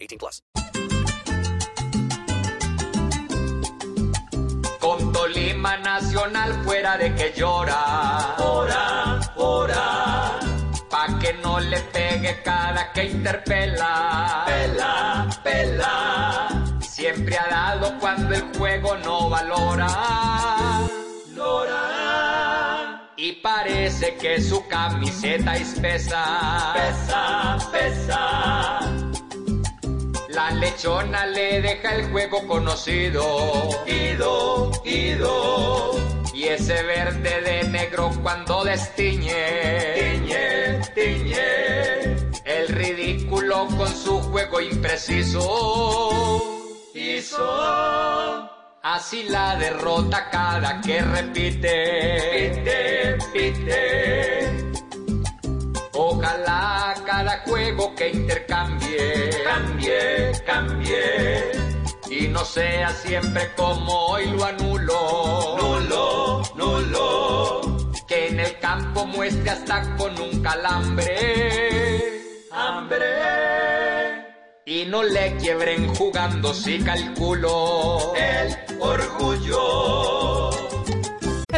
18 plus. Con Tolima Nacional fuera de que llora. Hora, hora. Pa' que no le pegue cada que interpela. Pela, pela. Siempre ha dado cuando el juego no valora. Lora. Y parece que su camiseta espesa. Pesa, pesa. La lechona le deja el juego conocido. Ido, ido. Y ese verde de negro cuando destiñe. Tiñe, tiñe. El ridículo con su juego impreciso. Hizo. Así la derrota cada que repite. Pite, pite. Ojalá cada juego que intercambie, cambie, cambie. Y no sea siempre como hoy lo anulo, nulo, nulo. Que en el campo muestre hasta con un calambre, hambre. Y no le quiebren jugando si calculo el orgullo.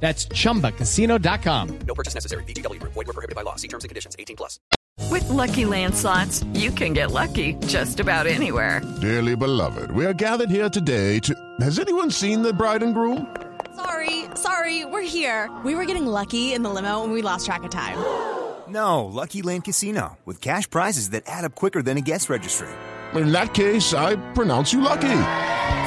That's chumbacasino.com. No purchase necessary. BGW. Void were prohibited by law. See terms and conditions. 18 plus. With Lucky Land slots, you can get lucky just about anywhere. Dearly beloved, we are gathered here today to. Has anyone seen the bride and groom? Sorry, sorry, we're here. We were getting lucky in the limo and we lost track of time. No, Lucky Land Casino, with cash prizes that add up quicker than a guest registry. In that case, I pronounce you lucky.